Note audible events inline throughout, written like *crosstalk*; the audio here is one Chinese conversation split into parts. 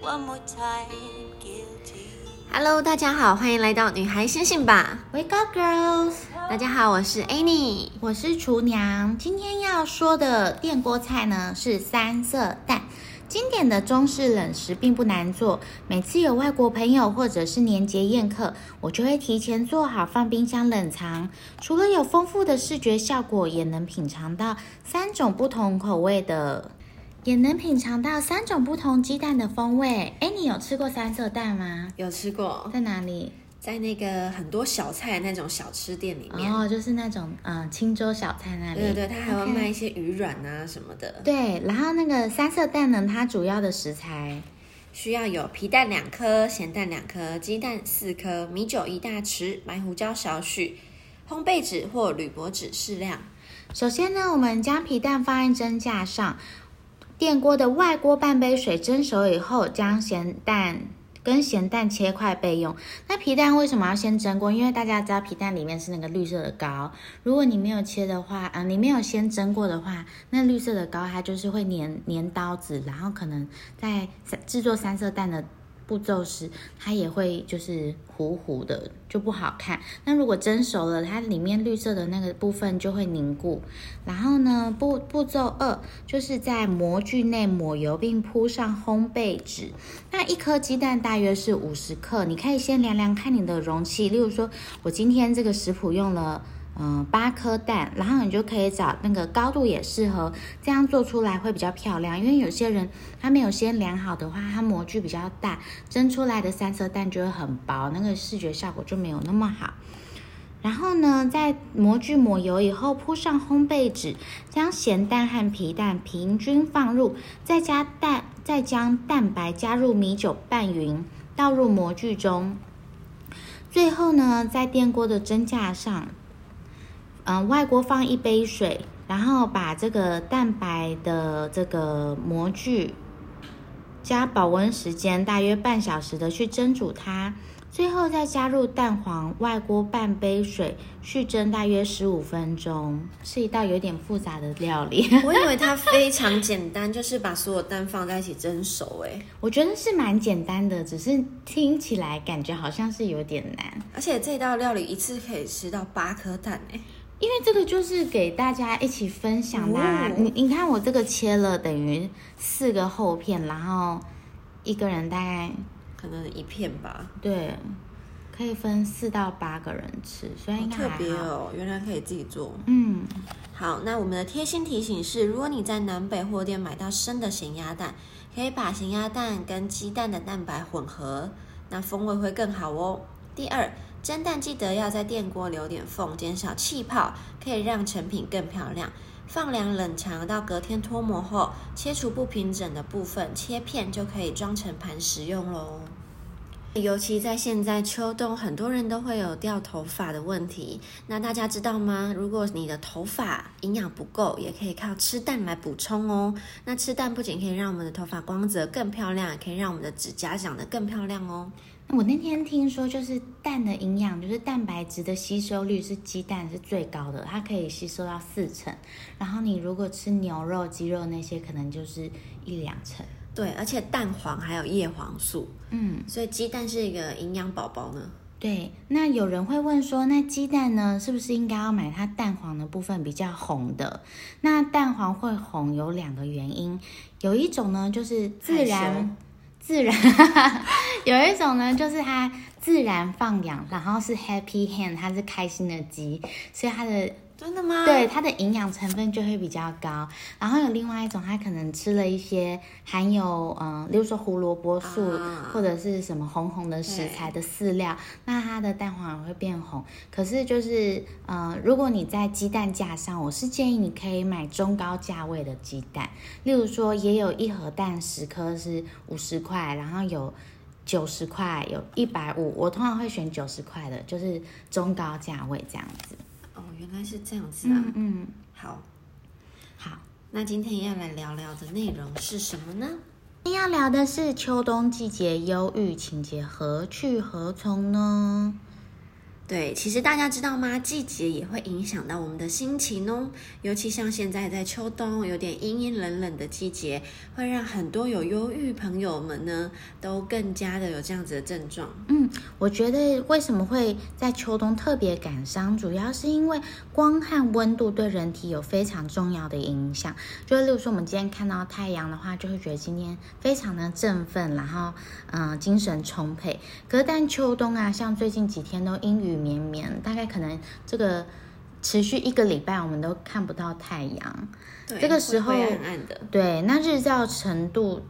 One more time, guilty. Hello，大家好，欢迎来到女孩相信吧。 Wake up, girls！大家好，我是 Annie。我是厨娘。今天要说的电锅菜呢是三色蛋。经典的中式冷食并不难做，每次有外国朋友或者是年节宴客，我就会提前做好放冰箱冷藏。除了有丰富的视觉效果，也能品尝到三种不同口味的，也能品尝到三种不同鸡蛋的风味。哎，你有吃过三色蛋吗？有吃过，在哪里？在那个很多小菜的那种小吃店里面，哦，就是那种嗯青州小菜那里。对对对，它还会 OK 卖一些鱼软啊什么的，对，然后那个三色蛋呢，它主要的食材，需要有皮蛋两颗、咸蛋两颗、鸡蛋四颗、米酒一大匙、白胡椒少许、烘焙纸或铝箔纸适 *laughs* 量。首先呢，我们将皮蛋放在蒸架上，电锅的外锅半杯水蒸熟以后，将咸蛋。跟咸蛋切块备用。那皮蛋为什么要先蒸过？因为大家知道皮蛋里面是那个绿色的膏，如果你没有切的话，嗯、你没有先蒸过的话，那绿色的膏它就是会粘粘刀子，然后可能在三制作三色蛋的步骤时，它也会就是糊糊的，就不好看。那如果蒸熟了，它里面绿色的那个部分就会凝固。然后呢，步步骤二就是在模具内抹油，并铺上烘焙纸。那一颗鸡蛋大约是五十克，你可以先量量看你的容器。例如说，我今天这个食谱用了。嗯，八颗蛋，然后你就可以找那个高度也适合，这样做出来会比较漂亮。因为有些人他没有先量好的话，他模具比较大，蒸出来的三色蛋就会很薄，那个视觉效果就没有那么好。然后呢，在模具抹油以后，铺上烘焙纸，将咸蛋和皮蛋平均放入，再加蛋，再将蛋白加入米酒拌匀，倒入模具中。最后呢，在电锅的蒸架上，嗯、外锅放一杯水，然后把这个蛋白的这个模具加保温时间大约半小时的去蒸煮它，最后再加入蛋黄，外锅半杯水去蒸大约十五分钟，是一道有点复杂的料理。 *laughs* 我以为它非常简单，就是把所有蛋放在一起蒸熟、欸，我觉得是蛮简单的，只是听起来感觉好像是有点难，而且这道料理一次可以吃到八颗蛋、欸，因为这个就是给大家一起分享啦。哦你你看我这个切了等于四个厚片，然后一个人大概可能一片吧，对可以分四到八个人吃，所以好应该还特好。别哦，原来可以自己做。嗯，好，那我们的贴心提醒是，如果你在南北货店买到生的咸鸭蛋，可以把咸鸭蛋跟鸡蛋的蛋白混合，那风味会更好哦。第二，蒸蛋记得要在电锅留点缝，减少气泡，可以让成品更漂亮。放凉冷藏到隔天脱模后，切除不平整的部分，切片就可以装成盘食用喽。尤其在现在秋冬，很多人都会有掉头发的问题。那大家知道吗？如果你的头发营养不够，也可以靠吃蛋来补充哦。那吃蛋不仅可以让我们的头发光泽更漂亮，也可以让我们的指甲长得更漂亮哦。那我那天听说，就是蛋的营养，就是蛋白质的吸收率是鸡蛋是最高的，它可以吸收到四成。然后你如果吃牛肉、鸡肉那些，可能就是一两成。对，而且蛋黄还有叶黄素，嗯，所以鸡蛋是一个营养宝宝呢。对。那有人会问说，那鸡蛋呢，是不是应该要买它蛋黄的部分比较红的？那蛋黄会红有两个原因，有一种呢就是自害羞然自然， *laughs* 有一种呢，就是它自然放养，然后是 happy hen，它是开心的鸡，所以它的真的吗？对，它的营养成分就会比较高。然后有另外一种，它可能吃了一些含有嗯、呃，例如说胡萝卜素、啊或者是什么红红的食材的饲料，那它的蛋黄也会变红。可是就是呃，如果你在鸡蛋架上，我是建议你可以买中高价位的鸡蛋，例如说也有一盒蛋十颗是五十块，然后有。九十块有一百五，我通常会选九十块的，就是中高价位这样子。哦，原来是这样子啊。嗯嗯，好，好。那今天要来聊聊的内容是什么呢？今天要聊的是秋冬季节忧郁情节何去何从呢？对，其实大家知道吗？季节也会影响到我们的心情哦。尤其像现在在秋冬，有点阴阴冷冷的季节，会让很多有忧郁朋友们呢，都更加的有这样子的症状。嗯，我觉得为什么会在秋冬特别感伤，主要是因为光和温度对人体有非常重要的影响。就例如说，我们今天看到太阳的话，就会觉得今天非常的振奋，然后嗯、呃精神充沛。可是但秋冬啊，像最近几天都阴雨绵绵，大概可能这个持续一个礼拜，我们都看不到太阳。对，这个时候会灰暗暗的，对，那日照程度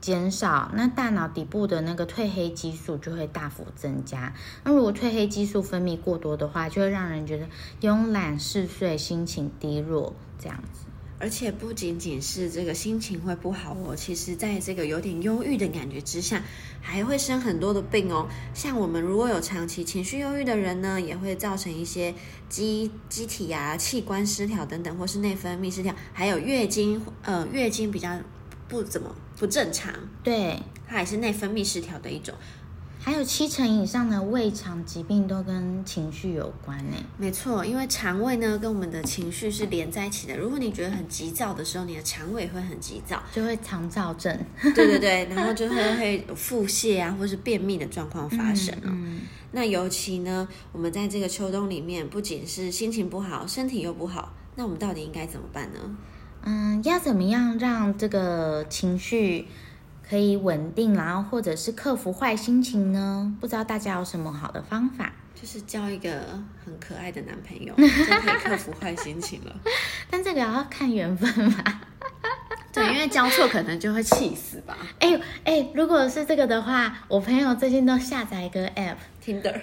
减少，那大脑底部的那个褪黑激素就会大幅增加。那如果褪黑激素分泌过多的话，就会让人觉得慵懒嗜睡、心情低落这样子。而且不仅仅是这个心情会不好哦，其实在这个有点忧郁的感觉之下，还会生很多的病哦。像我们如果有长期情绪忧郁的人呢，也会造成一些机机体啊、器官失调等等，或是内分泌失调，还有月经，呃，月经比较不怎么不正常，对，它也是内分泌失调的一种。还有七成以上的胃肠疾病都跟情绪有关欸呢、没错，因为肠胃呢跟我们的情绪是连在一起的。如果你觉得很急躁的时候，你的肠胃也会很急躁。就会肠燥症 *laughs* 对对对，然后就会会有腹泻啊，或是便秘的状况发生哦。嗯嗯那尤其呢，我们在这个秋冬里面，不仅是心情不好，身体又不好，那我们到底应该怎么办呢？嗯，要怎么样让这个情绪可以稳定，然后或者是克服坏心情呢？不知道大家有什么好的方法？就是交一个很可爱的男朋 *laughs* 友，就可以克服坏心情了。但这个要看缘分吧。 *laughs* 对，因为交错可能就会气死吧。 *laughs* 哎呦哎，如果是这个的话，我朋友最近都下载一个 app， Tinder，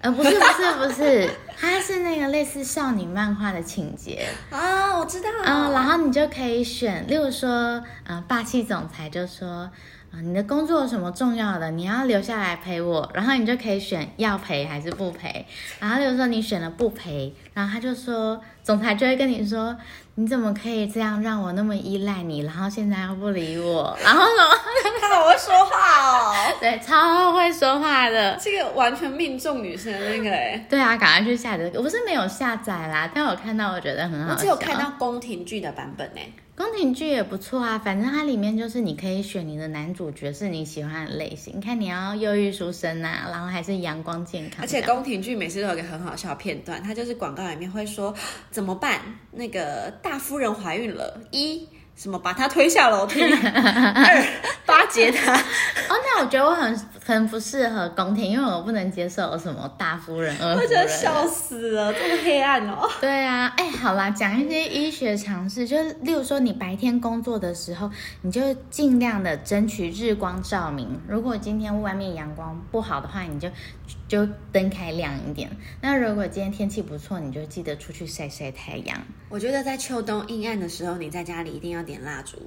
呃，不是不是不是，它是那个类似少女漫画的情节啊，我知道啊、然后你就可以选，例如说，呃，霸气总裁就说。啊，你的工作有什么重要的？你要留下来陪我，然后你就可以选要陪还是不陪。然后，例如说你选了不陪，然后他就说，总裁就会跟你说，你怎么可以这样让我那么依赖你？然后现在又不理我，然后什么？他好会说话哦，对，超会说话的。这个完全命中女生的那个哎、对啊，赶快去下载这个。我是没有下载啦，但我看到我觉得很好我笑。只有看到宫廷剧的版本哎、宫廷剧也不错啊，反正它里面就是你可以选你的男主角是你喜欢的类型，你看你要忧郁书生啊，然后还是阳光健康而且这样，宫廷剧每次都有一个很好笑的片段，它就是广告里面会说 *gasps* 怎么办？那个大夫人怀孕了，一什么把她推下楼 *laughs* 梯，二巴结她，哦，那我觉得我很很不适合宫廷，因为我不能接受什么大夫人、二夫我觉得人。笑死了，这么黑暗哦。对啊，哎，好啦，讲一些医学常识，就是例如说你白天工作的时候，你就尽量的争取日光照明。如果今天外面阳光不好的话，你就就灯开亮一点。那如果今天天气不错，你就记得出去晒晒太阳。 *laughs* 我觉得在秋冬阴暗的时候，你在家里一定要点蜡烛，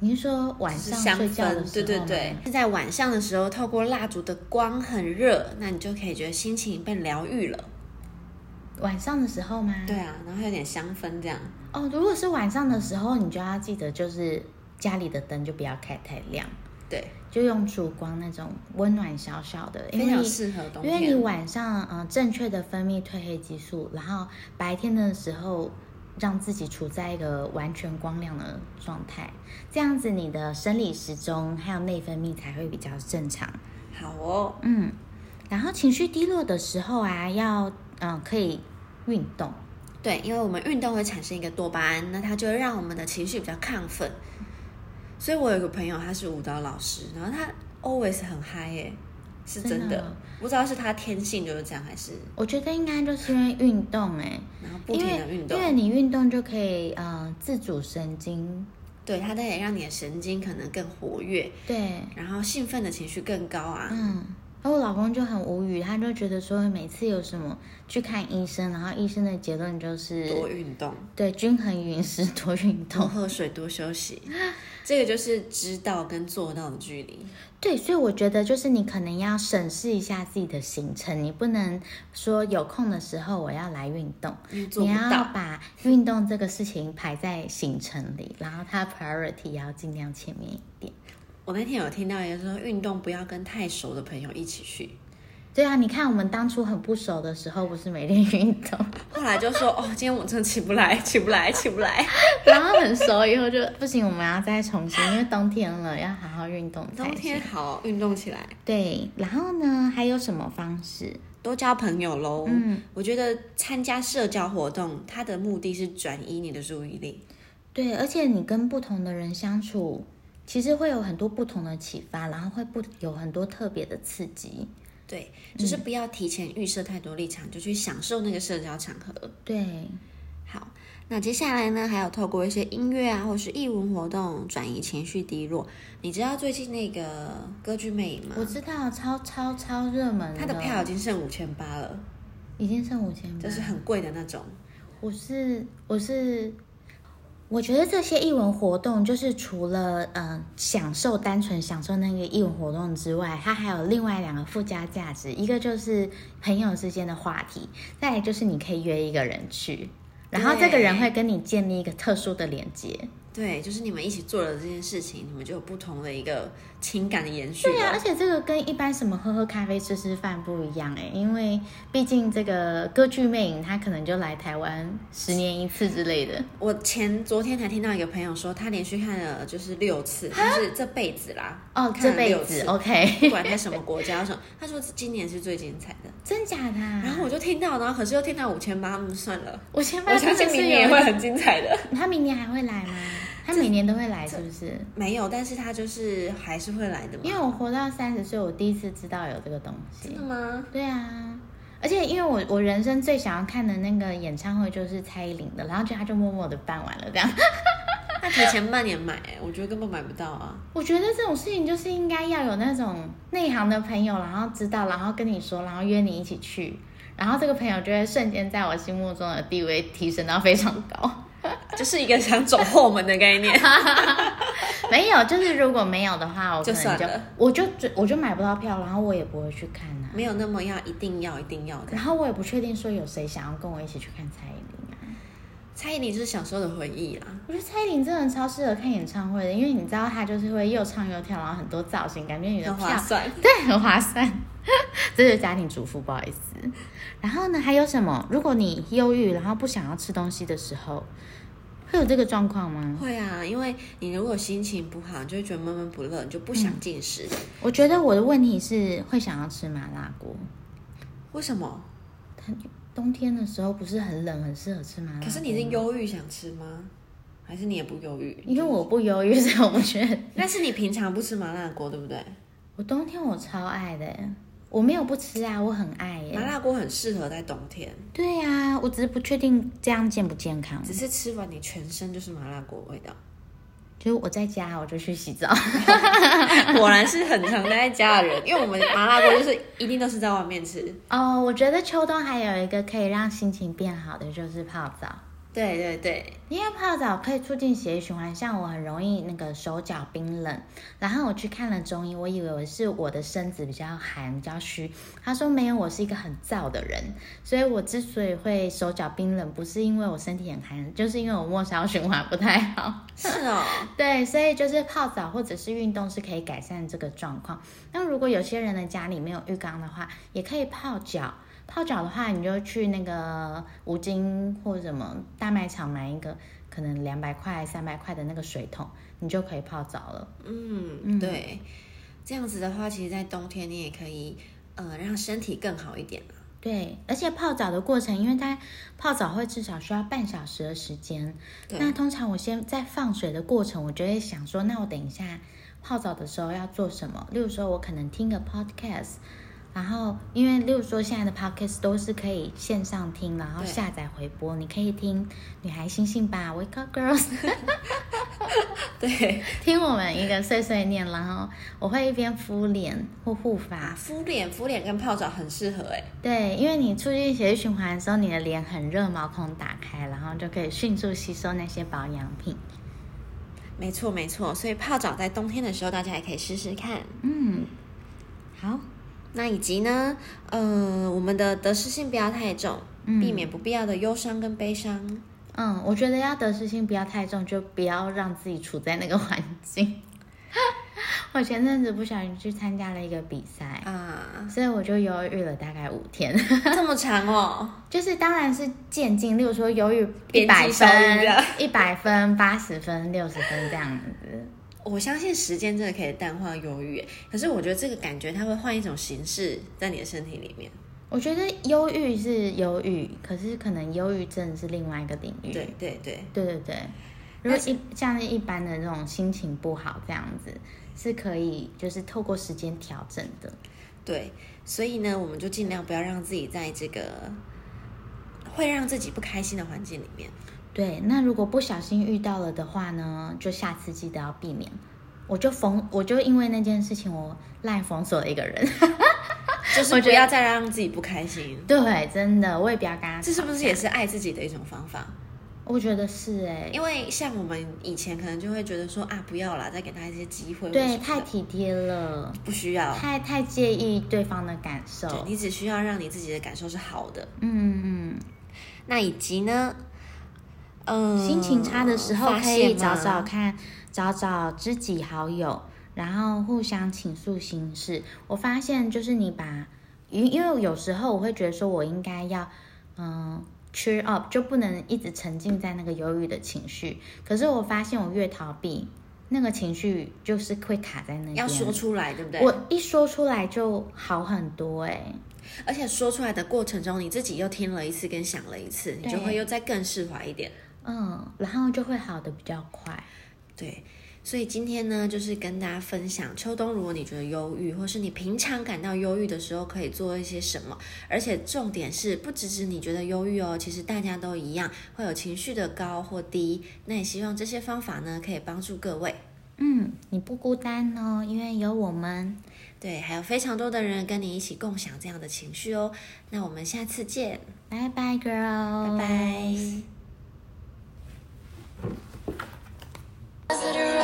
你是说晚是上香睡觉的氛，时对候对吗对，是在晚上的时候，透过蜡烛的光很热，那你就可以觉得心情被疗愈了。晚上的时候吗？对啊，然后有点香氛这样。哦，如果是晚上的时候，你就要记得就是家里的灯就不要开太亮，对，就用烛光那种温暖小小的，因非为常你适合冬因天。为你晚上嗯、呃正确的分泌褪黑激素，然后白天的时候让自己处在一个完全光亮的状态，这样子你的生理时钟还有内分泌才会比较正常。好哦，嗯，然后情绪低落的时候啊，要嗯、呃可以运动。对，因为我们运动会产生一个多巴胺，那它就会让我们的情绪比较亢奋。所以我有个朋友，他是舞蹈老师，然后他 always 很嗨耶、是真的，真的哦不知道是他天性就是这样，还是我觉得应该就是因为运动哎、然后不因停为的运因为动，你运动就可以呃自主神经，对，它也让你的神经可能更活跃，对，然后兴奋的情绪更高啊。嗯，而我老公就很无语，他就觉得说每次有什么去看医生，然后医生的结论就是多嗯运动，对均衡饮食多运多动，喝水，多休 *laughs* 息，这个就是知道跟做到的距离。对，所以我觉得就是你可能要审视一下自己的行程，你不能说有空的时候我要来运动，因为做你不要到，把运动这个事情排在行程里，然后它 priority 要尽量前面一点。我那天有听到一个说，运动不要跟太熟的朋友一起去，对啊，你看我们当初很不熟的时候，不是每天运动，后来就说哦，今天我真的起不来， *laughs* 起不来，起不来。然后很熟以后就不行，我们要再重新，因为冬天了，要好好运动才冬行。天好，运动起来，对，然后呢，还有什么方式？多交朋友喽。嗯，我觉得参加社交活动，它的目的是转移你的注意力。对，而且你跟不同的人相处，其实会有很多不同的启发，然后会不有很多特别的刺激。对，嗯就是不要提前预设太多立场，就去享受那个社交场合。对，好，那接下来呢，还有透过一些音乐啊，或是艺文活动转移情绪低落。你知道最近那个歌剧魅影吗？我知道，超超超热门它的票已经剩五千八了，已经剩五千，就是很贵的那种。我是我是，我觉得这些艺文活动，就是除了嗯、呃享受单纯享受那个艺文活动之外，它还有另外两个附加价值，一个就是朋友之间的话题，再来就是你可以约一个人去，然后这个人会跟你建立一个特殊的连接。对，就是你们一起做了这件事情，你们就有不同的一个情感的延续对啊，而了。且这个跟一般什么喝喝咖啡、吃吃饭不一样哎、因为毕竟这个歌剧魅影，它可能就来台湾十年一次之类的。我前昨天才听到一个朋友说，他连续看了就是六次，啊就是这辈子啦，哦，看这了辈六子次 OK，不管在什么国家什么，他说今年是最精彩的。真假的啊、然后我就听到，然后可是又听到五千八，嗯，算了。我先发我现相信是明有年也会很精彩的。他明年还会来吗？他每年都会来是不是？没有，但是他就是还是会来的嘛。因为我活到三十岁，我第一次知道有这个东西。真的吗？对啊，而且因为我我人生最想要看的那个演唱会就是蔡依林的，然后就他就默默的办完了这样。那提前半年买、我觉得根本买不到啊。我觉得这种事情就是应该要有那种内行的朋友，然后知道，然后跟你说，然后约你一起去，然后这个朋友就会瞬间在我心目中的地位提升到非常高。就是一个想走后门的概 *laughs* 念。没有，就是如果没有的话，我就可能算就了我就我就买不到票，然后我也不会去看啊。没有那么要一定要一定要的然。后我也不确定说有谁想要跟我一起去看蔡依林啊。蔡依林就是小时候的回忆啦。我觉得蔡依林真的超适合看演唱会的，因为你知道她就是会又唱又跳，然后很多造型，感觉你的很票划算，对很划算。 *laughs* 这就是家庭主妇，不好意思。然后呢，还有什么？如果你忧郁，然后不想要吃东西的时候，会有这个状况吗？会啊，因为你如果心情不好，你就会觉得闷闷不乐，你嗯就不想进食。我觉得我的问题是会想要吃麻辣锅。为什么？冬天的时候不是很冷，很适合吃麻辣。可是你是，忧郁想吃吗？还是你也不忧郁？嗯因为我不忧郁，所以我不觉得。但是你平常不吃麻辣锅，对不对？我冬天我超爱的，我没有不吃啊，我很爱麻耶。辣锅很适合在冬天，对啊，我只是不确定这样健不健康只。是吃完你全身就是麻辣锅 *laughs* 味道。就是我在家我就去洗 *laughs* 澡，果然是很常待在家的人，因为我们麻辣锅就是一定都是在外面吃。哦，我觉得秋冬还有一个可以让心情变好的就是泡澡，对对对，因为泡澡可以促进血液循环。像我很容易那个手脚冰冷，然后我去看了中医，我以为我是我的身子比较寒、比较虚，他说没有，我是一个很燥的人， *laughs* 所以我之所以会手脚冰冷，不是因为我身体很寒，就是因为我末梢循环不太好。是哦，对，所以就是泡澡或者是运动是可以改善这个状况。那如果有些人的家里没有浴缸的话，也可以泡脚。泡脚的话，你就去那个五金或什么大卖场买一个，可能两百块、三百块的那个水桶，你就可以泡澡了。嗯，对，这样子的话，其实，在冬天你也可以，呃，让身体更好一点啊。对，而且泡澡的过程，因为它泡澡会至少需要半小时的时间。对那通常我先在放水的过程，我就会想说，那我等一下泡澡的时候要做什么？例如说，我可能听个 podcast，然后因为例如说现在的 podcast 都是可以线上听，然后对下载回播，你可以听《女孩星星吧》（Wake Up Girls）， *laughs* 对，听我们一个碎碎念，然后我会一边敷脸或护啊，发，敷脸敷脸跟泡澡很适合哎。对，因为你促进血液循环的时候，你的脸很热，毛孔打开，然后就可以迅速吸收那些保养品。没错没错，所以泡澡在冬天的时候，大家也可以试试看。嗯，好，那以及呢，呃，我们的得失心不要太重，嗯避免不必要的忧伤跟悲伤。嗯，我觉得要得失心不要太重，就不要让自己处在那个环 *laughs* 境。我前阵子不小心去参加了一个比赛，啊，这我就犹豫了大概五天。 *laughs* 这么长哦，就是当然是渐进，例如说犹豫一边百际效应这分样、一百分、八十分、六十分这样子。我相信时间真的可以淡化忧郁耶，欸可是我觉得这个感觉它会换一种形式在你的身体里面。我觉得忧郁是忧郁，可是可能忧郁症是另外一个领域。对对对，对对对，如果一像是一般的那种心情不好这样子，是可以就是透过时间调整的。对，所以呢，我们就尽量不要让自己在这个会让自己不开心的环境里面。对，那如果不小心遇到了的话呢，就下次记得要避免。我就封，我就因为那件事情，我赖封锁了一个人。 *laughs* 就是不要再让自己不开心。对，真的，我也不要跟他。这是不是也是爱自己的一种方法？我觉得是哎、因为像我们以前可能就会觉得说啊，不要啦，再给他一些机会或什么的，对，太体贴了，不需要，太太介意对方的感受。对你只需要让你自己的感受是好的。嗯嗯那以及呢，嗯、嗯，心情差的时候发可泄以吗找找看，找找知己好友，然后互相倾诉心事。我发现就是你把，因因为有时候我会觉得说我应该要，嗯。cheer up 就不能一直沉浸在那个忧郁的情绪，可是我发现我越逃避，那个情绪就是会卡在那边。要说出来，对不对？我一说出来就好很多哎、而且说出来的过程中，你自己又听了一次跟想了一次，你就对会又再更释怀一点。嗯，然后就会好的比较快。对，所以今天呢，就是跟大家分享秋冬，如果你觉得忧郁，或是你平常感到忧郁的时候，可以做一些什么。而且重点是，不只是你觉得忧郁哦，其实大家都一样，会有情绪的高或低。那也希望这些方法呢，可以帮助各位。嗯，你不孤单哦，因为有我们。对，还有非常多的人跟你一起共享这样的情绪哦。那我们下次见，拜拜，girl，拜拜。 Positive